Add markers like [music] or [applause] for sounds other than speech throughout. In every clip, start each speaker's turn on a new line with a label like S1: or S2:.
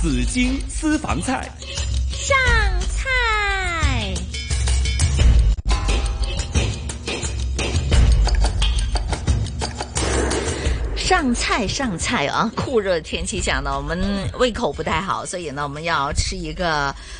S1: 紫荆私房菜。
S2: 上菜。上菜上菜啊！酷熱天氣下呢，我們胃口不太好，所以呢，我們要吃一個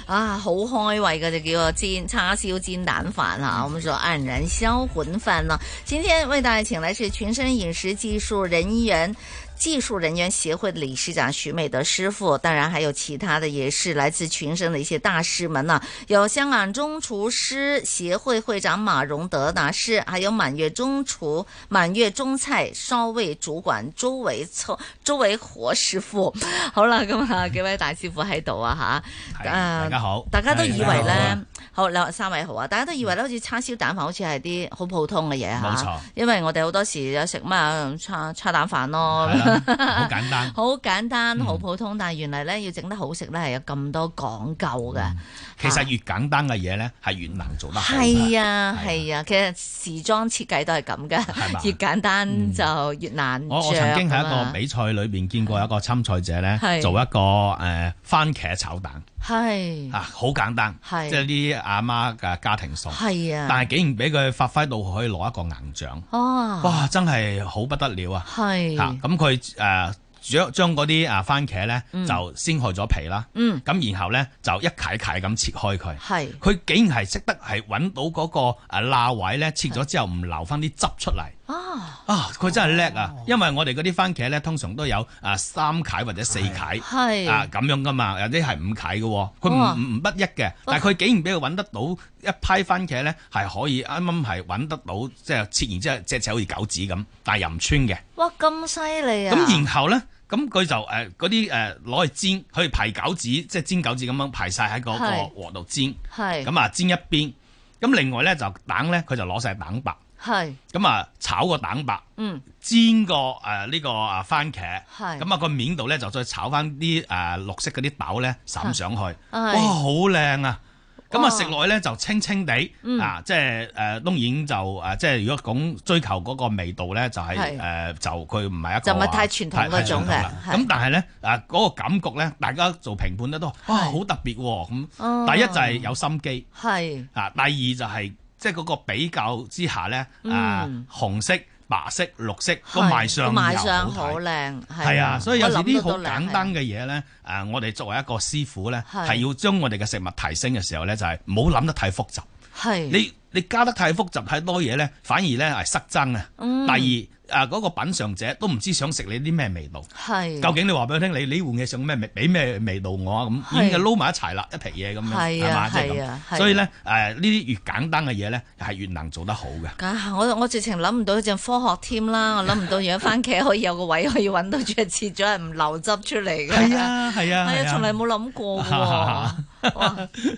S2: 啊好開胃嘅就叫做煎叉燒煎蛋飯啊。我們說黯然銷魂飯呢，今天為大家請來是全身飲食技術人員。技術人員協會的理事長許美德師傅，當然還有其他的，也是來自群生的一些大師們呢、啊。有香港中廚師協會會長馬榮德大師，還有滿月中廚、滿月中菜燒味主管周維聰、周維和師傅。 [laughs] 好啦，咁啊，幾位大師傅喺度啊吓，
S3: 啊大家好，啊
S2: 大家都以為
S3: 嗯
S2: 咧，好兩三位好啊，大家都以為咧，好似叉燒蛋飯好似係啲好普通嘅嘢吓，
S3: 冇錯，
S2: 因為我哋好多時有食咩叉叉蛋飯
S3: 嗯
S2: 咯。
S3: 啊好簡
S2: [laughs]
S3: 單，
S2: 好簡單，
S3: 嗯
S2: 好普通，但係原嚟咧要整得好食咧係有咁多講究
S3: 嗯
S2: 嘅。啊
S3: 其實越簡單嘅嘢咧係越難做得好。
S2: 係啊係啊，其實時裝設計都係咁嘅，越簡單就越難。
S3: 嗯我我曾經喺一個比賽裏邊見過一個參賽者咧，做一個誒番茄炒蛋，
S2: 係
S3: 啊好簡單，即係啲阿媽嘅家庭餸。
S2: 係啊，
S3: 但係竟然俾佢發揮到可以攞一個銀獎，哇！真係好不得了啊！
S2: 哦啊係
S3: 嚇咁佢誒。將將嗰啲啊番茄咧
S2: 嗯
S3: 就先去咗皮啦，咁然後咧就一塊塊咁切開佢，
S2: 係
S3: 佢竟然係識得係揾到嗰個誒罅位咧，切咗之後唔留翻啲汁出嚟
S2: 啊，
S3: 啊！佢真係叻啊！因為我哋嗰啲番茄咧通常都有啊三塊或者四塊
S2: 哦係哦
S3: 啊咁樣噶嘛，有啲係五塊嘅喎，佢
S2: 哇
S3: 唔唔不一嘅，但係佢竟然俾佢揾得到一批番茄咧係可以啱啱係揾得到，即係切完之後隻隻好似餃子咁，但係又唔穿嘅。
S2: 哇咁犀利啊！
S3: 咁然後咧，咁佢就誒嗰啲誒攞去煎，佢排餃子，即係煎餃子咁樣排晒喺嗰個
S2: 係
S3: 鑊度煎。
S2: 係
S3: 咁啊，煎一邊。咁另外咧就蛋咧，佢就攞晒蛋白。
S2: 係
S3: 咁啊，炒個蛋白，
S2: 嗯
S3: 煎個誒呢個啊番茄。
S2: 係
S3: 咁啊，個面度咧就再炒翻啲誒綠色嗰啲豆咧，滲上去。哇，
S2: 啊係
S3: 好靚啊！咁
S2: 哇
S3: 啊，食落去咧就清清地
S2: 嗯
S3: 啊，即係誒當然就誒，即係如果講追求嗰個味道咧，就係
S2: 係
S3: 誒就佢唔係一個
S2: 就唔係
S3: 話
S2: 太傳統嗰種嘅
S3: 太傳統啦
S2: 係
S3: 咁但係咧啊嗰個感覺咧，大家做評判咧都話哇
S2: 係
S3: 好特別喎
S2: 哦
S3: 咁。第一就係有心機
S2: 係
S3: 啊，第二就係即係嗰個比較之下咧啊
S2: 嗯，
S3: 紅色、白色、綠色個賣相
S2: 賣
S3: 又
S2: 相
S3: 好睇
S2: 好靚，
S3: 係啊，所以有時
S2: 我諗
S3: 啲
S2: 到
S3: 好
S2: 都靚
S3: 簡單嘅嘢咧，誒，我哋作為一個師傅咧，
S2: 係
S3: 係要將我哋嘅食物提升嘅時候咧，就係唔好諗得太複雜。
S2: 係
S3: 你你加得太複雜太多嘢咧，反而咧係失真啊。
S2: 嗯
S3: 第二啊誒嗰個品嚐者都唔知想食你啲咩味道，
S2: 係
S3: 究竟你話俾佢聽，你呢碗嘢想咩味，俾咩味道我啊咁，
S2: 係
S3: 已經撈埋一齊啦，一皮嘢咁樣，
S2: 係啊
S3: 係嘛，即係
S2: 係啊係
S3: 咁。所以咧誒呢啲越簡單嘅嘢咧，係越能做得好嘅。
S2: 啊！我我直情諗唔到一隻科學
S3: [laughs]
S2: 添啦，我諗唔到養番茄可以有個位可以揾到隻切咗係唔流汁出嚟嘅。
S3: 係，啊係啊
S2: 係啊，從來冇諗過
S3: [laughs]
S2: 喎。哇，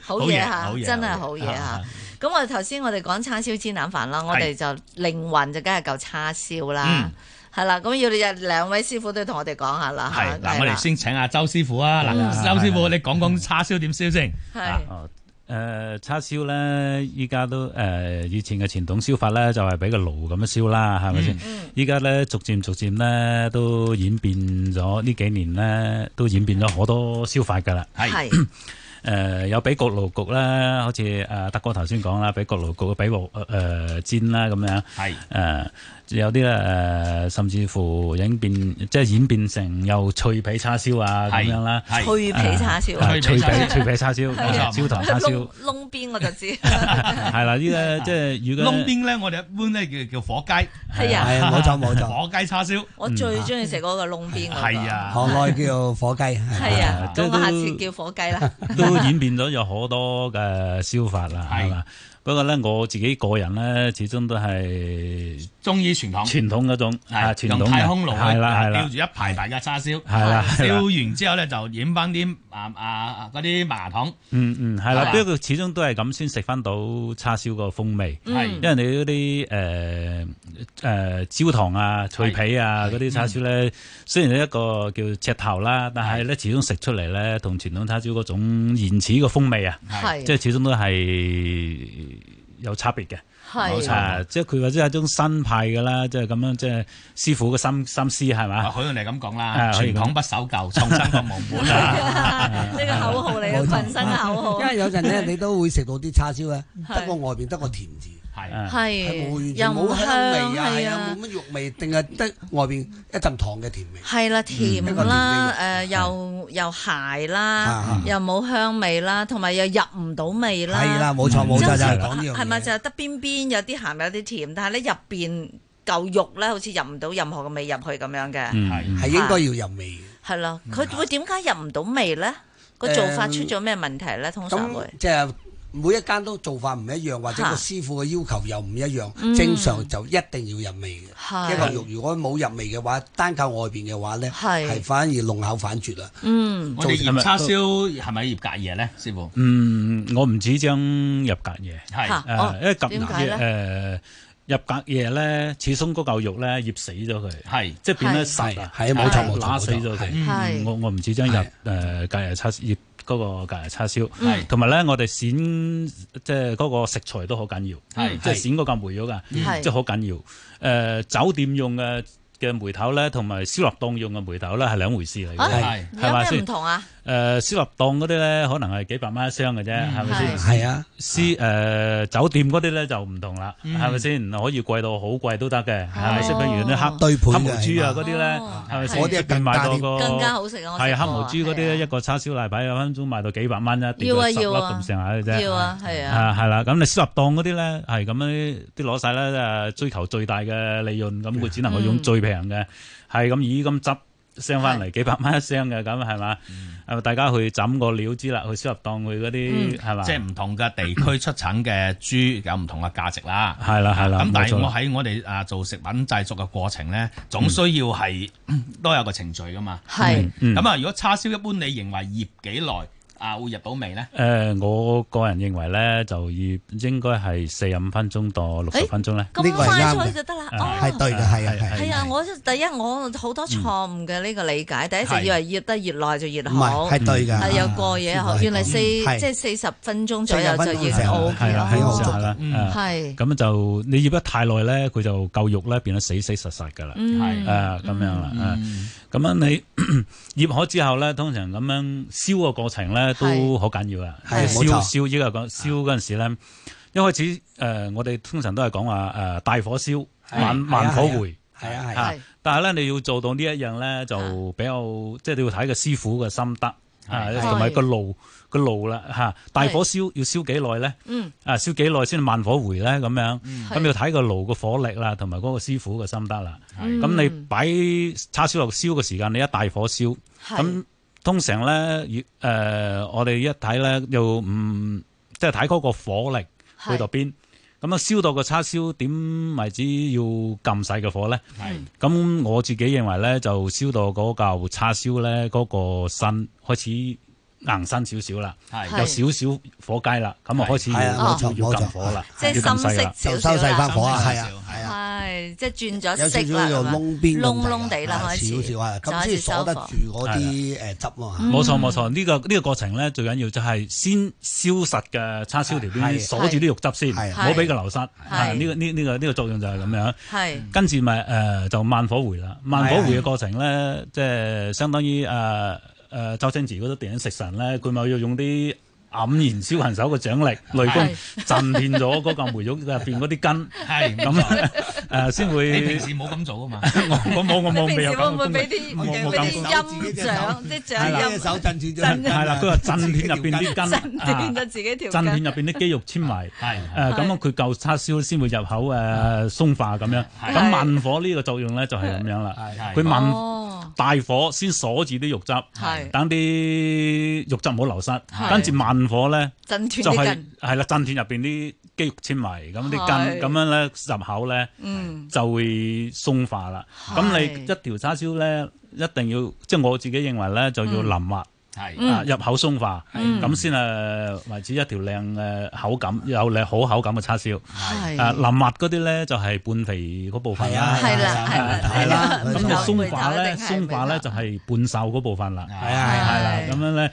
S2: 好嘢嚇
S3: 好嘢好，嘢
S2: 真係
S3: 好
S2: 好
S3: 嘢
S2: 嘢嚇
S3: 啊！
S2: 咁我哋頭先我哋講叉燒煎蛋飯啦，我哋
S3: 係
S2: 就靈魂就梗係夠叉燒啦
S3: 嗯，
S2: 係啦。咁要你兩位師傅都要同我哋講下啦。
S3: 係
S2: 嚇
S3: 嗱，我哋先請阿周師傅啊。嗱，周師傅，你講講叉燒點燒先。
S2: 係
S4: 哦，誒、叉燒咧，依家都誒、以前嘅傳統燒法咧，就係俾個爐咁樣燒啦，係咪
S3: 嗯
S4: 先？依家咧逐漸逐漸咧都演變咗，呢幾年咧都演變咗好多燒法㗎啦。
S3: 係
S2: 係
S4: 誒、有俾焗爐焗啦，好似誒德哥頭先講啦，俾焗爐焗，俾鑊誒呃煎啦咁樣。
S3: 係
S4: 誒、有啲咧誒，甚至乎演變即係演變成又脆皮叉燒啊咁樣啦。
S3: 係
S2: 脆皮叉燒，
S4: 啊脆
S3: 脆
S4: 皮
S3: 皮
S4: 脆皮叉燒，啊
S3: 冇錯
S4: 焦糖叉燒
S2: [laughs] 窿。窿邊我就
S3: [laughs]
S2: 知。
S3: 啊
S4: 係啦，呢個即係如果
S3: 窿邊咧，我哋一般咧叫叫火雞，
S2: 係
S3: [laughs]
S2: 啊。
S5: 係冇錯冇錯，
S3: 火雞叉燒。
S5: 嗯
S2: 我
S5: 啊
S2: 最中意食嗰個窿邊嗰個。
S3: 係，啊，
S5: 行內叫火雞。
S2: 係啊，
S4: 即
S2: 咁
S4: 係
S2: 我
S4: 都
S2: 下次叫火雞啦。
S4: 都演變咗有好多嘅燒法啦，
S3: 係
S4: 係嘛？不過咧，我自己個人咧，始終都係
S3: 中意傳統，
S4: 傳統嗰種啊，
S3: 係
S4: 傳
S3: 用
S4: 統
S3: 太空爐
S4: 嘅係啦係
S3: 吊
S4: 啦
S3: 住一排大嘅叉燒，
S4: 係啦係啦，
S3: 燒完之後咧就染翻啲啊啊啊嗰啲麻糖，
S4: 嗯嗯係
S3: 係啦
S4: 啦，不過始終都係咁先食翻到叉燒個風味。
S2: 嗯
S4: 因為你嗰啲誒誒焦糖啊、脆皮啊嗰啲叉燒
S3: 嗯
S4: 咧，雖然係一個叫赤頭啦，但係咧始終食出嚟咧，同傳統叉燒嗰種原始嘅風味啊，
S3: 係
S2: 係，
S4: 即係始終都係有差別嘅。
S3: 冇錯
S2: 係
S4: 啊，即係佢或者係一種新派嘅啦，即係咁樣，即係師傅嘅心心思係
S3: 啊
S4: 嘛？
S3: 許我哋咁講
S4: 啊
S3: 啦，
S4: 可以
S3: 傳
S4: 咁
S3: 統不守舊，創新服
S4: [laughs]
S3: 務本啦。
S2: [laughs] 呢個口號嚟嘅，
S5: 冇錯
S2: 群生口號
S5: 因為有陣咧，你都會食到啲叉燒咧，
S2: 係
S5: 得個外邊得個甜字，
S3: 係
S4: 啊
S5: 係
S2: 係又
S5: 冇完全冇
S2: 唔
S5: 香味啊，
S2: 香
S5: 係
S2: 係
S5: 啊，
S2: 啊
S5: 冇。乜肉味，定係得外邊一陣糖嘅甜味。
S2: 係啦，甜
S5: 嗯一個
S2: 啦，誒又又鞋啦
S5: 啊，
S2: 又冇香味啦，同埋又入唔到味啦。
S5: 係啦，冇錯
S4: 嗯
S5: 冇錯，
S2: 即
S5: 就
S2: 係
S5: 係講呢樣嘢。
S2: 係咪就係得邊邊有啲鹹有啲甜，但係咧入邊嚿肉咧好似入唔到任何嘅味入去咁樣嘅，
S4: 嗯
S3: 係
S5: 係應該要入味嘅？
S2: 係咯？佢會點解入唔到味咧？個做法出咗咩問題咧？通常
S5: 咁
S2: 會
S5: 即係每一間都做法唔一樣，或者個
S2: 嚇
S5: 師傅嘅要求又唔一
S2: 嗯
S5: 樣。正常就一定要入味
S2: 係
S5: 嘅。一個肉如果冇入味嘅話，單靠外邊嘅話咧，
S2: 係
S5: 係反而弄巧反拙啦。
S2: 嗯
S3: 我哋醃叉燒係咪醃隔夜咧，師傅？
S4: 嗯，我唔止將入格嘢，
S2: 嚇
S3: 係
S4: 誒、
S2: 哦
S4: 因為夾
S2: 點解
S4: 嘢誒入格嘢咧，始終嗰嚿肉咧醃死咗佢，
S3: 係
S4: 即係變
S2: 係
S4: 得實
S5: 係
S4: 啦，
S5: 係啊冇錯冇錯
S4: 揦
S5: 冇
S4: 死咗佢。
S5: 錯，係
S2: 係
S4: 嗯我我唔止將入
S5: 係
S4: 誒隔夜叉醃嗰個隔夜叉燒，
S2: 嗯
S3: 係
S4: 同埋咧我哋選即係嗰個食材都好緊要，嗯
S3: 係
S4: 即係
S5: 係
S4: 選嗰嚿梅肉㗎，
S2: 嗯係
S4: 即係好緊要。誒、酒店用嘅嘅梅頭咧，同埋燒臘檔用嘅梅頭咧係兩回事嚟
S2: 啊
S3: 係
S4: 嘅。
S2: 有
S4: 係咪
S2: 咩唔
S4: 先
S2: 同啊？
S4: 誒燒臘檔嗰啲咧，可能係幾百蚊一箱嘅啫，係咪先
S2: 嗯係？
S5: 係啊，
S4: 私誒酒店嗰啲咧就唔同啦，係咪先？可以貴到好貴都得嘅，係咪
S2: 嗯
S4: 先？
S2: 哦
S4: 譬如啲黑
S5: 對盤
S4: 黑毛
S5: 嘅
S4: 豬啊
S5: 係
S4: 嗰
S5: 嘛
S4: 啲咧
S2: 哦，
S4: 係咪先？
S5: 嗰啲係
S4: 出邊買到個
S2: 更加好食啊！我食過
S4: 係黑毛豬嗰啲咧，一個叉燒奶排有分鐘賣到幾百蚊一碟，
S2: 要啊
S4: 十粒
S2: 要啊
S4: 咁上下嘅啫。
S2: 要啊，係啊，
S4: 啊，係啦，咁你燒臘檔嗰啲咧，係咁樣啲攞晒咧，誒追求最大嘅利潤，咁佢只能夠用
S2: 嗯
S4: 最平嘅，係咁以咁執聲翻嚟幾百蚊一箱嘅，咁係嘛？
S3: 嗯
S4: 係咪大家去斬個料知啦？去燒臘檔去嗰啲係嘛？
S3: 即係唔同嘅地區出產嘅豬有唔同嘅價值啦。
S4: 係啦係啦，
S3: 咁但係
S4: 啊冇錯
S3: 我
S4: 啦嗯
S3: 喺我哋啊做食品製作嘅過程咧，總需要係都有個程序噶嘛。
S2: 係
S4: 嗯
S3: 咁啊，如果叉燒一般你認為醃幾耐啊會入到味咧？
S4: 誒、我個人認為咧，就醃應該係四十五分鐘到六十分鐘咧。
S2: 咁
S5: 呢個
S2: 快
S5: 係啱
S2: 脆
S5: 嘅
S2: 就得啦。
S4: 係
S2: 哦，
S5: 係對嘅，係啊，係啊
S2: 係啊，我第一我好多錯誤嘅呢個理解，第一就
S3: 係
S2: 以為醃得越耐就越
S5: 唔
S2: 好
S5: 係，係對
S2: 係
S5: 嘅。
S2: 有過夜學，原嚟四即
S5: 係
S2: 係四十分鐘左右就已
S5: 四
S2: 經
S5: 十分鐘
S2: O
S5: 就
S2: K
S4: 係啦，
S5: 係
S4: 咁
S5: 好
S4: 上
S5: 足
S4: 下
S2: 啦，
S4: 啦。
S3: 啊嗯
S4: 誒
S2: 係，
S4: 咁就你醃得太耐咧，佢就嚿肉咧變得死死實實㗎啦。
S2: 嗯
S4: 誒、咁樣啦。啊誒、
S3: 嗯，
S4: 咁樣你 [coughs] 醃好之後咧，通常咁樣燒嘅過程咧都
S2: 係
S4: 好緊要啊。
S5: 係
S4: 燒
S5: 冇錯
S4: 燒依個講燒嗰陣時咧，一開始誒、呃我哋通常都係講話誒大火燒，
S5: 係
S4: 慢慢火
S5: 係啊
S4: 回。
S5: 係啊，係啊。
S4: 啊
S2: 係
S4: 但係咧，你要做到呢一樣咧，就比較即係你要睇個師傅嘅心得啊，
S3: 係
S4: 同埋
S2: 係
S4: 個爐個爐啦嚇。大火燒要燒幾耐咧？
S2: 嗯
S4: 啊，燒幾耐先慢火回咧？咁樣
S5: 嗯
S4: 咁
S2: 係
S4: 要睇個爐個火力啦，同埋嗰個師傅嘅心得啦。
S2: 嗯
S4: 咁你擺叉燒落燒嘅時間，你一大火燒，
S2: 係
S4: 咁通常咧，要誒我哋一睇咧，要唔即係睇嗰個火力去到邊。咁啊，燒到個叉燒點為止要撳細嘅火咧？
S3: 係
S2: 嗯
S4: 咁我自己認為咧，就燒到嗰嚿叉燒咧，嗰、個身開始硬身少少啦，
S3: 係
S2: 係
S4: 有少少火雞啦，咁
S3: 係
S4: 啊開始要
S5: 係啊
S4: 要
S5: 冇錯
S4: 要
S5: 冇
S4: 撳
S5: 錯
S4: 火啦，
S2: 即係
S4: 要撳細㗎啦
S2: 深色
S5: 就收細翻火啊，
S3: 少少
S5: 係
S3: 啦
S5: 啊，係啊。
S2: 係即係轉咗
S5: 有少
S2: 色
S5: 少
S2: 啦，
S5: 又
S2: 係嘛
S5: 窿邊
S2: 窿窿地啦，開
S5: 少
S2: 始
S5: 少啊，
S2: 就
S5: 咁
S2: 開
S5: 先
S2: 始
S5: 鎖
S2: 收
S5: 得
S2: 火
S5: 住，嗰啲誒汁喎嚇。
S4: 冇錯冇錯，呢、個呢、個過程咧最緊要就係先燒實嘅叉燒條邊，
S5: 係
S4: 鎖住啲肉汁先，
S5: 係
S4: 唔好俾佢流失。係呢、個呢呢、個呢、個作用就係咁樣。
S2: 係
S4: 跟住咪誒就慢火回啦，慢火回嘅過程咧，即係相當於誒誒周星馳嗰啲電影食神咧，佢咪要用啲黯然銷魂手嘅掌力雷公
S2: 係
S4: 震遍咗嗰嚿梅肉入邊嗰啲根，
S3: 係咁。
S4: 咁誒先
S3: 你
S4: 會
S3: 平時冇咁做噶嘛？
S4: 我我冇我
S2: 你
S4: 冇
S2: 平
S4: 未有
S2: 時會
S4: 咁
S2: 唔會
S4: 嘅功力
S2: 俾啲
S4: 我冇
S2: 俾
S4: 咁
S2: 啲
S4: 嘅
S2: 音獎啲
S5: 係啦
S2: 獎音
S5: 手震住
S2: 震
S5: 咗。
S4: 係啦，
S5: [laughs]
S4: 佢話震片入邊啲
S2: 震
S4: 根啊
S2: 斷，咗自己條
S4: 震片
S2: 筋，
S4: 入邊啲肌肉
S2: [laughs]
S4: 纖維。
S3: 係
S4: 誒咁
S2: 係
S4: 樣佢嚿叉燒先會入口誒鬆化咁樣，
S3: 係
S4: 咁慢火呢個作用咧就係咁樣啦。
S3: 係係
S4: 佢慢
S2: 哦，
S4: 大火先鎖住啲肉汁
S2: 係，
S4: 等啲肉汁唔好流失，跟住慢火咧
S2: 震斷
S4: 就
S2: 啲
S4: 係
S2: 筋，
S4: 係啦，震斷入邊啲肌肉纖維，咁啲
S2: 係
S4: 筋咁樣咧入口咧
S2: 嗯，
S4: 就會鬆化啦。
S2: 係
S4: 咁你一條叉燒咧一定要，即係我自己認為咧就要淋滑
S3: 係
S2: 嗯
S4: 啊，入口鬆化，咁先誒為止一條靚嘅口感有靚好口感嘅叉燒。
S2: 係
S4: 啊，淋滑嗰啲咧就係半肥嗰部分
S5: 係啊
S4: 啦。
S2: 係啦係啦
S5: 係啊啦
S4: 咁
S5: 咁
S4: 就
S5: 就
S4: 鬆化咧，
S2: 梅頭一定係
S4: 鬆化咧就係半瘦嗰部分啦，
S3: 係
S5: 係啊
S4: 係啦，
S2: 係
S4: 咁樣咧，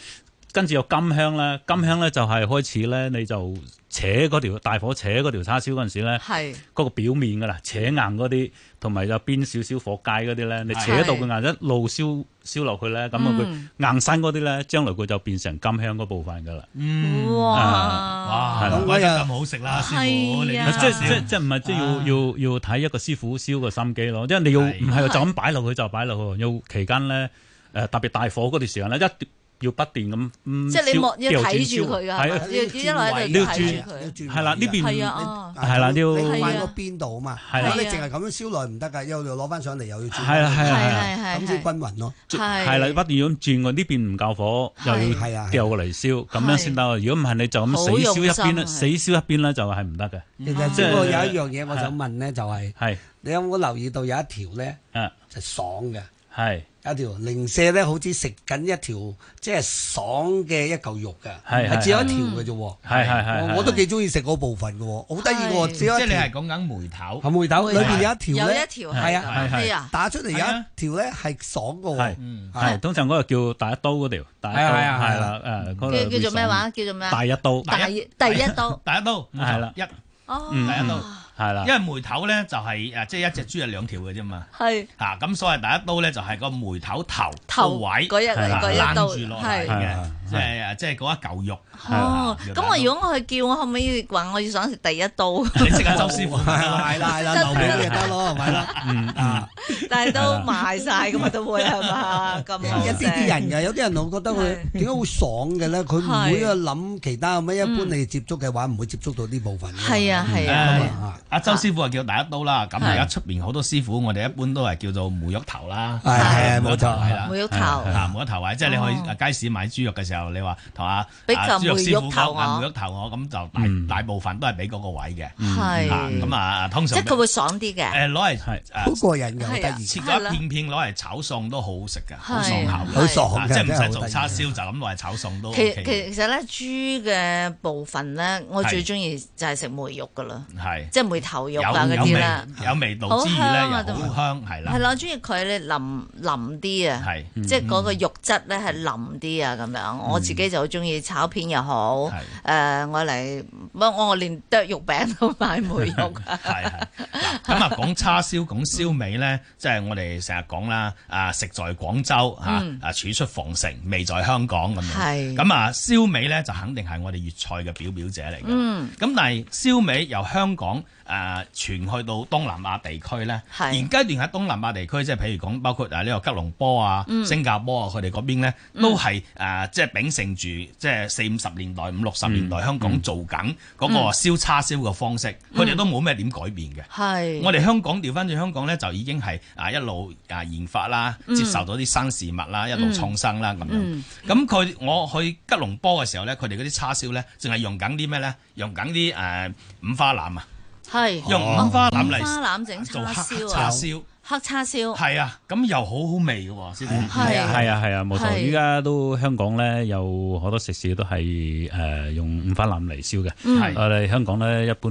S4: 跟住有金香啦，金香咧就係開始咧，你就扯嗰條大火扯嗰條叉燒嗰陣時咧，
S2: 係
S4: 嗰個表面噶啦，扯硬嗰啲，同埋有邊少少火街嗰啲咧，你扯到佢硬一路燒燒落去咧，咁啊
S2: 嗯
S4: 佢硬身嗰啲咧，將來佢就變成金香嗰部分噶啦。
S2: 哇！
S4: 嗯
S3: 嗯哇，
S5: 係啦
S3: 唔怪得咁好食啦，師傅，你
S2: 係啊
S3: 啲
S4: 啊即
S3: 叉
S4: 即
S3: 燒
S4: 即唔係即要
S3: 啊
S4: 要要睇一個師傅燒個心機咯，因為你要
S3: 係
S4: 唔係就咁擺落去就擺落去，要期間咧誒特別大火嗰段時間咧，一定要不斷咁嗯
S2: 即係你
S4: 燒
S2: 望要
S4: 掉轉
S2: 睇住佢
S4: 燒
S2: 噶，
S4: 係
S2: 要
S4: 啊
S2: 要一路喺度睇住佢。
S4: 係啦，呢邊
S2: 係啊
S4: 係啦
S5: 你
S4: 要
S5: 你
S2: 係
S5: 買
S2: 啊
S5: 個邊度啊嘛，
S4: 係
S2: 啦
S5: 如果你淨係咁樣燒耐唔得㗎，又要攞翻上嚟又要轉
S4: 係啦係
S2: 係
S4: 啦
S2: 係係
S5: 咁先均勻咯。
S4: 係
S2: 係
S4: 係啦，不斷咁轉喎，呢邊唔夠火，又
S2: 係
S5: 係啊
S4: 要掉過嚟燒，咁樣先得。啊如果唔係你就咁
S2: 好
S4: 死燒
S2: 用
S4: 一邊
S2: 心啊係
S4: 咧，死燒一邊咧就係唔得嘅。
S5: 其實
S4: 嗯即係
S5: 不過有一樣嘢我想問咧，就係
S4: 係
S5: 你有冇留意到有一條咧
S4: 啊，
S5: 就爽嘅，
S4: 係
S5: 有一條零舍咧好似食緊一條即係爽嘅一嚿肉㗎，
S4: 係係
S5: 只有一條嘅啫喎。
S4: 係係係，
S5: 我我都幾中意食嗰部分嘅喎，好得意嘅
S2: 係
S5: 喎，只有
S3: 即係
S5: 一
S3: 你
S5: 條
S3: 係講緊梅頭，
S5: 係梅豆裏邊有一條
S2: 有
S5: 咧
S2: 一，條
S5: 係啊
S2: 係係啊，
S5: 打出嚟有一
S3: 係啊
S5: 條咧係爽嘅喎
S4: 係。
S3: 嗯，
S4: 係通常嗰個叫大一刀嗰條，大一
S5: 係
S4: 刀
S5: 啊係啊
S4: 係
S5: 係
S4: 啦誒嗰
S2: 叫
S4: 度
S2: 叫做咩話？叫做咩啊？
S4: 大一刀
S2: 大一第一刀
S3: 第一刀冇錯
S4: 係啦
S3: 一
S2: 哦，
S4: 嗯
S3: 第一刀，
S4: 係啦
S2: 啊
S3: 因，為梅頭咧就係誒，即係一隻豬有兩條嘅啫嘛。
S2: 係
S3: 啊，咁所謂第一刀咧就係個梅頭頭
S2: 頭
S3: 個位
S2: 嗰一
S4: 係啦
S2: 嗰一刀
S3: 攔住落嚟
S4: 係
S3: 嘅，即係即係嗰一嚿
S2: [laughs]
S3: 肉。
S2: 哦。
S3: 係啦
S2: 咁我如果我去叫，我可唔可以話我要想食第一刀？ [laughs]
S3: 你識下周師傅
S5: [laughs] 係啦係啦係啦，留俾你就得咯，係咪啦？
S4: 嗯嗯
S5: 啊
S2: 但係都賣晒咁嘛，都會係嘛？咁好
S5: 有
S2: 食
S5: 啲啲人嘅，有啲人我覺得
S2: 係
S5: 佢點解會爽嘅咧？佢唔
S2: 係
S5: 會去諗其他咁樣，一般你接觸嘅話唔會接觸到呢部分㗎嘛。
S2: 係啊係
S3: 誒
S2: 啊，
S5: 啊，
S3: 阿周師傅啊叫第一刀啦，咁
S2: 係
S3: 而家出面好多師傅，我哋一般都係叫做梅肉頭啦，
S5: 係係係
S3: 梅肉
S5: 冇
S3: 頭
S5: 錯
S3: 係啦
S2: 梅。肉頭
S4: 係
S3: 啊！梅肉頭位，即係你
S2: 哦
S3: 去街市買豬肉嘅時候，你話同阿
S2: 俾
S3: 阿
S2: 嚿
S3: 豬肉師
S2: 梅肉
S3: 傅
S2: 頭
S3: 講
S2: 我
S3: 啊梅肉頭我咁就
S4: 嗯
S3: 大大部分都係俾嗰個位嘅。
S2: 係
S3: 啊咁啊，通
S2: 即
S3: 常
S2: 係佢會爽啲嘅。
S3: 誒攞嚟
S4: 係
S2: 啊
S5: 好
S3: 誒
S5: 過癮嘅，好得意，
S3: 切咗一片片攞嚟炒餸都好好食㗎，好爽
S2: 係
S3: 口㗎
S5: 好爽
S3: 啊
S5: 嘅，
S3: 即係唔
S5: 哦真
S3: 使
S5: 係好
S3: 做
S5: 得意
S3: 叉燒就咁攞嚟炒餸都 OK
S2: 其
S3: 嘅。
S2: 其實咧，豬嘅部分咧，我最中意就係食梅肉噶啦，
S3: 係
S2: 即係梅頭肉
S3: 有
S2: 啊嗰
S3: 有
S2: 啲
S3: 味
S2: 啦，
S3: 有味道之餘咧，
S2: 好香啊
S3: 又好香係
S2: 係
S3: 啦，
S2: 啦，我中意佢咧腍腍啲啊，
S3: 係
S2: 即係嗰個肉質咧係腍啲啊咁樣。我自己就好中意炒片又好，
S3: 嗯係
S2: 誒我嚟乜我連剁肉餅都買梅肉
S3: [laughs]
S2: 啊，
S3: 係係嗱咁啊，講叉燒講燒味咧，即係我哋成日講啦，啊食在廣州嚇，
S2: 嗯
S3: 啊處出奉城，味在香港咁樣。
S2: 係
S3: 咁啊，燒味咧就肯定係我哋粵菜嘅表表者嚟嘅。
S2: 嗯
S3: 咁但係燒味由香港誒、呃、傳去到東南亞地區咧，
S2: 係
S3: 現階段喺東南亞地區，即係譬如講包括誒呢個吉隆坡啊、
S2: 嗯
S3: 新加坡啊，佢哋嗰邊咧都係誒、呃即係秉承住即係四五十年代、五六十年
S2: 嗯
S3: 代香港做緊嗰個燒叉燒嘅方式，佢哋、
S2: 嗯
S3: 都冇咩點改變嘅。
S2: 係
S3: 我哋香港調翻轉香港咧，就已經係啊一路啊研發啦，
S2: 嗯
S3: 接受到啲新事物啦，一路創新啦咁樣。咁佢我去吉隆坡嘅時候咧，佢哋嗰啲叉燒咧，淨係用緊啲咩咧？用緊啲誒五花腩啊，
S2: 係
S3: 用五花腩嚟
S2: 哦花腩整
S3: 做
S2: 叉
S3: 黑
S2: 燒
S3: 叉
S2: 啊，
S3: 燒，
S2: 黑叉燒
S3: 係啊，咁又好好味嘅喎，師傅。
S2: 哦係
S4: 係啊係啊係啊，冇錯。
S2: 係
S4: 依家都香港咧有好多食肆都係誒用五花腩嚟燒嘅。
S2: 嗯
S3: 係
S4: 我哋香港咧一般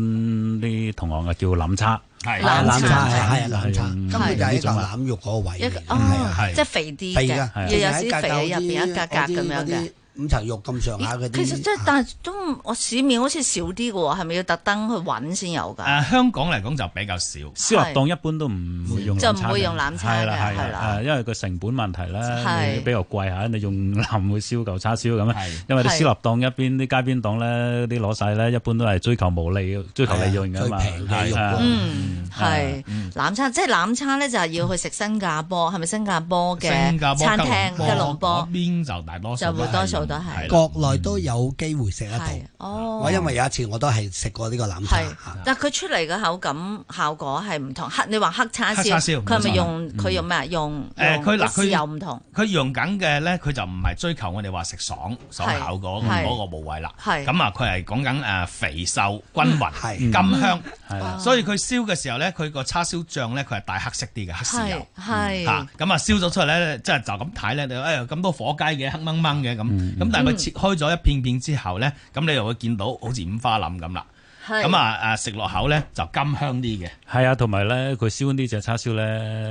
S4: 啲同行啊叫腩叉，
S3: 係
S5: 啊
S2: 冷
S5: 冷
S2: 餐
S5: 餐係係啊冷
S4: 係
S5: 餐，根本就係一嚿腩肉嗰個位
S2: 一
S5: 嚟
S2: 個
S5: 嘅，係啊
S2: 哦，
S3: 係啊
S2: 即係肥啲
S5: 肥
S2: 嘅，要
S5: 㗎淨
S2: 有
S5: 係一
S2: 少
S5: 格
S2: 肥
S5: 格
S2: 喺入邊一格格咁
S5: 嗰
S2: 樣嘅
S5: 啲嗰。啲五層肉咁上下嗰
S2: 其
S5: 啲，
S2: 實真係，但係都我市面好似少啲嘅喎，係咪要特登去揾先有㗎？
S3: 誒啊香港嚟講就比較少，
S4: 燒臘檔一般都唔會用
S2: 就
S4: 腩
S2: 唔
S4: 叉
S2: 會
S4: 嘅
S2: 用腩叉
S4: 係啦
S2: 嘅係
S4: 係
S2: 啦
S4: 啦，誒因為個成本問題啦，
S2: 係
S4: 你比較貴嚇，你用腩會燒嚿叉燒咁啊
S3: 係。
S4: 因為啲
S2: 係
S4: 燒臘檔一邊啲街邊檔咧，啲攞晒咧，一般都係追求毛利、追求利潤㗎嘛。
S5: 最平嘅肉
S4: 係啊
S5: 咯
S2: 嗯，係攬叉，即係攬叉咧，就係要去食新加坡，係咪新加坡嘅
S3: 新加坡、
S2: 餐廳
S3: 吉
S2: 吉隆
S3: 嗰
S2: 坡？
S3: 邊就大多數
S2: 就會多數都係
S3: 係啦
S5: 國內都有機會食得到。
S2: 係哦，
S5: 我因為有一次我都係食過呢個腩茶
S2: 係
S5: 嚇，
S2: 但佢出嚟嘅口感效果係唔同。黑你話黑叉
S3: 黑
S2: 燒
S3: 叉，燒
S2: 佢係
S3: 冇
S2: 咪
S3: 錯
S2: 用
S5: 嗯
S2: 佢用咩啊？用
S3: 誒佢嗱佢
S2: 又唔同，
S3: 佢用緊嘅咧，佢就唔係追求我哋話食爽爽口嗰
S2: 係
S3: 嗰個部位啦。
S2: 係嗯
S3: 咁啊，佢係講緊誒肥瘦均
S5: 係
S3: 勻、甘香，
S2: 哦
S4: 係啦。
S3: 所以佢燒嘅時候咧，佢個叉燒醬咧，佢係帶黑色啲嘅黑豉
S2: 係
S3: 油。
S2: 係
S3: 嚇咁啊，燒咗出嚟咧，即係就咁睇咧，你哎呀咁多火雞嘅黑掹掹嘅咁，咁但係佢切開咗一片片之後咧，咁你又會見到好似五花腩咁啦。
S2: 係
S3: 咁啊誒食落口咧就甘香啲嘅。
S4: 係啊，同埋咧佢燒呢只叉燒咧，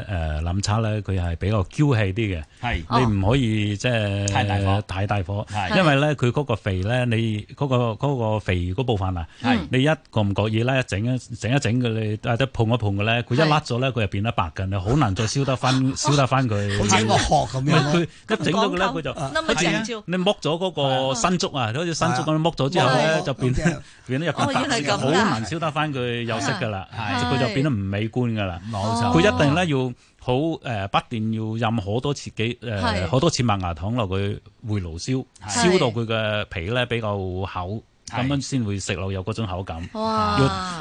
S4: 誒諗叉咧佢係比較嬌氣啲嘅。
S3: 係
S2: 哦
S4: 你唔可以即係
S3: 太大火
S4: 太大火
S3: 係
S4: 因為咧佢嗰個肥咧，你嗰、個嗰個肥嗰部分啊
S3: 係，
S4: 你一個唔覺意咧，一整一整一整佢，你或者碰一碰佢咧，佢一
S2: 係
S4: 甩咗咧，佢就變得白㗎，你好難再燒得翻燒得翻佢。
S5: 好似一個殼咁
S4: 佢
S5: 樣咯。
S4: 一整咗佢咧，佢就。
S2: 那麼講啊究，
S4: 你剝咗嗰個新竹啊，好似新竹咁樣剝咗之後
S2: 係啊
S4: 咧，就變
S5: 哦
S4: 變咗入
S2: 哦原來咁
S4: 邊白
S2: 㗎
S4: 好難燒得翻佢有色㗎啦，
S3: 係
S4: 佢就變得唔美觀㗎啦。
S3: 冇
S2: 哦
S4: 佢一定咧要好誒、呃不斷要任好多次幾
S2: 係
S4: 誒好多次麥芽糖落去回爐燒，
S2: 係
S4: 燒到佢嘅皮咧比較厚，
S3: 係
S4: 咁樣先會食落有嗰種口感。要誒
S2: 哇！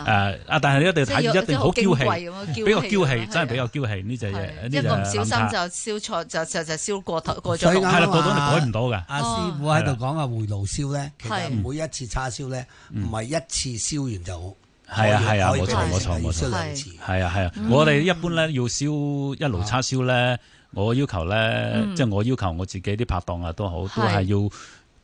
S4: 啊！但係一定要
S2: 即係有
S4: 睇，一定好
S2: 即係好矜貴
S4: 嬌
S2: 咁
S4: 氣
S2: 樣嬌氣，
S4: 比較嬌
S2: 咁樣
S4: 氣，
S2: 係啊
S4: 真係比較嬌氣呢只嘢
S2: 係
S4: 呢
S2: 一
S4: 隻
S2: 個唔小心
S4: 冷茶
S2: 就燒啊錯，就就就燒過頭過咗
S5: 所以
S2: 龍
S5: 啱
S4: 係啦，
S5: 啱
S4: 過到
S5: 話
S4: 你改唔到㗎。
S5: 啊阿
S2: 哦
S5: 師傅喺度講啊，回爐燒咧，其
S2: 係
S5: 實每一次叉燒咧，唔係一次燒完就好。
S4: 嗯係啊
S5: 可以
S4: 係啊
S5: 可以
S4: 冇錯
S5: 俾你
S4: 冇
S5: 食
S4: 錯冇錯
S5: 要燒兩次。
S4: 係啊係
S2: 嗯
S4: 啊，我哋一般咧要燒一爐叉燒咧，我要求咧，即係我要求我自己啲拍檔啊都好，都係
S2: 嗯係
S4: 要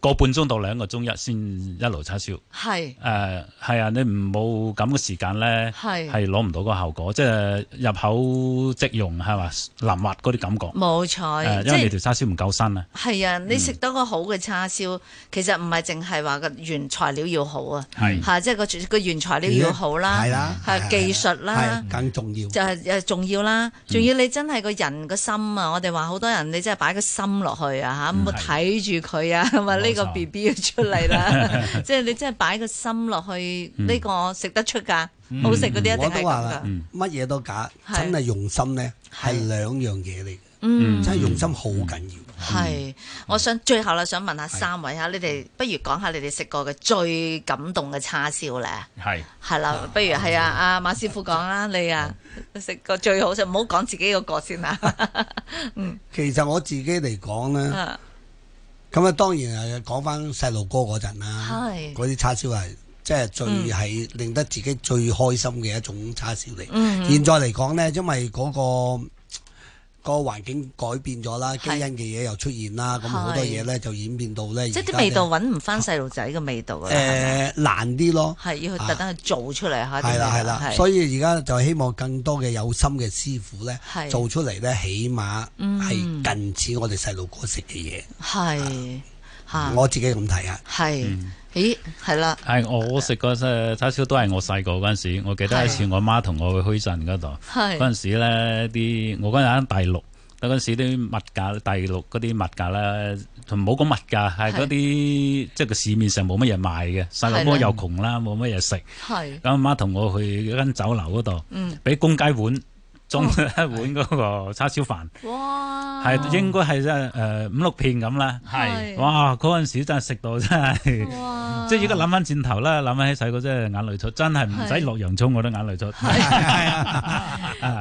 S4: 個半鐘到兩個鐘一先一爐叉燒。
S2: 係
S4: 誒係啊，你唔冇咁嘅時間咧，
S2: 係
S4: 係攞唔到個效果，即係入口即溶係嘛，淋滑嗰啲感覺。
S2: 冇
S4: 誒，
S2: 錯，即
S4: 啊因為你
S2: 係
S4: 條叉燒唔夠新啊。
S2: 係啊！你食到個好嘅叉燒，其實唔係淨係話個原材料要好啊，
S3: 係
S2: 嚇，即係個個原材料要好啦，
S5: 係啦，
S2: 係啊技術啦
S5: 係啊更重要。
S2: 就係誒重要啦，仲要你真係個人個心啊！我哋話好多人你真係擺個心落去啊嚇，咁啊睇住佢啊，咁啊呢個
S3: 冇錯
S2: B B 出嚟啦，即係你真係擺個心落去，呢個食得出㗎，好食嗰啲一定
S5: 嗯我
S2: 係咁
S5: 都話啦
S2: 㗎，，
S4: 嗯
S5: 乜嘢都假，
S2: 係
S5: 真係用心咧
S2: 係
S5: 係兩樣嘢嚟嘅，
S2: 嗯。
S5: 真係用心好緊要。
S4: 嗯
S2: 係，我想最後啦，想問下三位啊，你哋
S5: 嗯
S2: 不如講下你哋食過嘅最感動嘅叉燒咧，
S3: 係
S2: 係啦，不如係啊，阿馬師傅講啦，你啊食過最好食，唔好講自己個個先
S5: [laughs]
S2: 啦，
S5: 其實我自己嚟講咧。
S2: 啊
S5: 咁啊，當然係講翻細路哥嗰陣啦，
S2: 係
S5: 嗰啲叉燒係即係最係令得自己最開心嘅一種叉燒嚟。
S2: 嗯
S5: 現在嚟講呢，因為嗰、個個環境改變咗啦，基因嘅嘢又出現啦，咁好多嘢呢就演變到呢，
S2: 即係
S5: 而
S2: 啲
S5: 家
S2: 味道
S5: 呢
S2: 揾唔啊翻細路仔嘅味道㗎
S5: 誒、
S2: 啦，係咪
S5: 難啲咯，
S2: 係要去特登去做出嚟嚇，
S5: 係啦係啦，所以而家就希望更多嘅有心嘅師傅呢，
S2: 係
S5: 做出嚟呢，起碼
S2: 嗯
S5: 係近似我哋細路哥食嘅嘢，
S2: 係嚇，
S5: 我自己咁睇啊。
S2: 係，咦係啦，
S4: 係我食過誒叉燒都係我細個嗰陣時，我記得一次我媽同我去墟鎮嗰度，嗰
S2: 啊係
S4: 陣時咧啲我嗰陣喺第六，嗰陣時啲物價第六嗰啲物價咧，同冇講物價係嗰啲即係個市面上冇乜嘢賣嘅，細路哥
S2: 係啦
S4: 又窮啦，冇乜嘢食，
S2: 係，
S4: 咁阿媽同我去嗰間酒樓嗰度，
S2: 嗯，
S4: 俾公雞碗裝一碗嗰個叉燒飯，
S2: 哇，
S4: 係、應該係真係呃誒五六片咁啦。
S3: 係
S4: 哇！嗰陣時真係食到真係，
S2: 哇
S4: 即係而家諗翻轉頭啦，諗起細個真係眼淚出，真係唔使落洋葱我都眼淚出。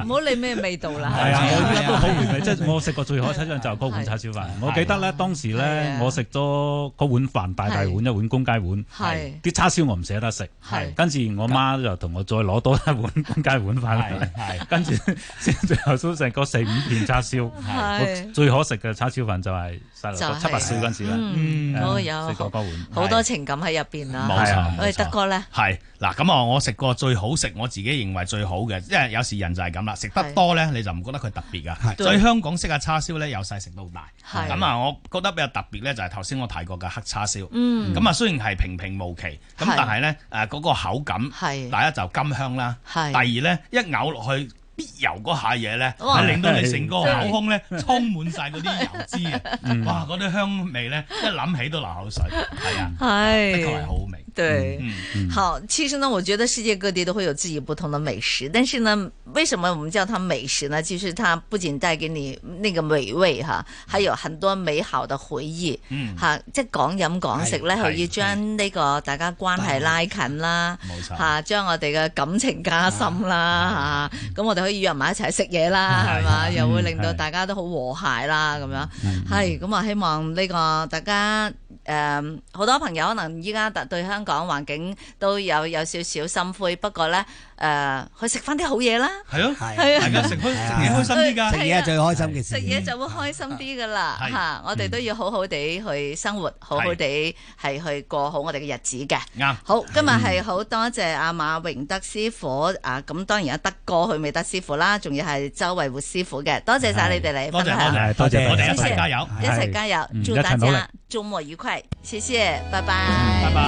S2: 唔好理咩味道啦，
S4: 係啊，我依
S3: 係
S4: 家
S3: 啊
S4: 都好回味，即係我食過最好嘅七張就係嗰碗叉燒飯。我記得咧，當時咧
S2: 係啊
S4: 我食咗嗰碗飯大大碗
S2: 係
S4: 一碗公雞碗，
S2: 係
S4: 啲叉燒我唔捨得食
S2: 係，
S4: 跟住我媽就同我再攞多一碗公雞碗翻嚟
S3: 係，係
S4: 跟住先最後都食嗰四五片叉燒。
S2: 係
S4: 我最可食嘅叉燒飯就係細路
S2: 就
S4: 哥
S2: 係
S4: 七八歲嗰陣時啦，
S2: 嗯，
S4: 誒
S2: 都有
S4: 食過嗰碗。
S2: 好多情感喺入邊啦，
S3: 冇
S4: 係
S3: 錯
S4: 啊，
S3: 冇
S2: 喂，
S3: 錯
S2: 德哥咧，
S3: 係嗱，咁啊，我食過最好食，我自己認為最好嘅，因為有時人就係咁啦，食得多咧你就唔覺得佢特別噶。
S5: 係
S3: 所以香港式嘅叉燒咧，由細食到大。
S2: 係
S3: 咁啊，我覺得比較特別咧，就係頭先我提過嘅黑叉燒。
S2: 嗯，
S3: 咁啊，雖然係平平無奇，咁
S2: 係
S3: 但係咧誒嗰個口感，
S2: 係
S3: 第一就甘香啦，
S2: 係
S3: 第二咧一咬落去。必油嗰下嘢咧，
S2: 哇
S3: 係令到你成個口腔咧充滿晒嗰啲油脂
S2: [laughs] 嗯
S3: 嘅，哇！嗰啲香味咧，一諗起都流口水，係啊，的確係
S2: 係
S3: 好。味。
S2: 对，
S3: 嗯
S2: 好，其实呢，我觉得世界各地都会有自己不同的美食，但是呢，为什么我们叫它美食呢？其实它不仅带给你那个美味哈，还有很多美好的回忆。
S3: 嗯，
S2: 吓，即係講飲講食咧，
S3: 係
S2: 佢要
S3: 係
S2: 將呢個大家關係拉近啦，
S3: 冇錯
S2: 吓，將我哋嘅感情加深啦，吓，咁我哋可以約埋一齊食嘢啦，
S3: 啊係
S2: 係嘛，
S3: 係嗯
S2: 又會令到
S4: 係
S2: 大家都好和諧啦，咁樣係咁啊，希望呢個大家誒好多朋友可能依家特對香港環境都有有少少心灰，不過咧誒、呃去食翻啲好嘢啦，
S3: 係咯，
S5: 係
S2: 係啊
S3: 大家食開食嘢開心啲㗎。
S5: 食嘢係最開心嘅事。
S2: 啊食嘢就會開心啲噶啦
S3: 係
S2: 嚇，我哋都要好好地去生活，好好地係去過好我哋嘅日子嘅。
S3: 啱，
S2: 好，
S3: 嗯
S2: 今日係好多謝阿馬榮德師傅啊，咁當然阿德哥佢未德師傅啦，仲要係周慧活師傅嘅，多謝晒你哋嚟
S3: 多
S2: 分
S3: 謝
S2: 享。
S3: 多謝，
S4: 多謝
S3: 我哋一
S2: 多謝
S3: 齊加油，
S2: 一齊加油
S4: 嗯！
S2: 祝
S4: 一齊
S2: 大
S4: 努力
S2: 家周末愉快，謝謝，拜拜，
S3: 嗯拜拜。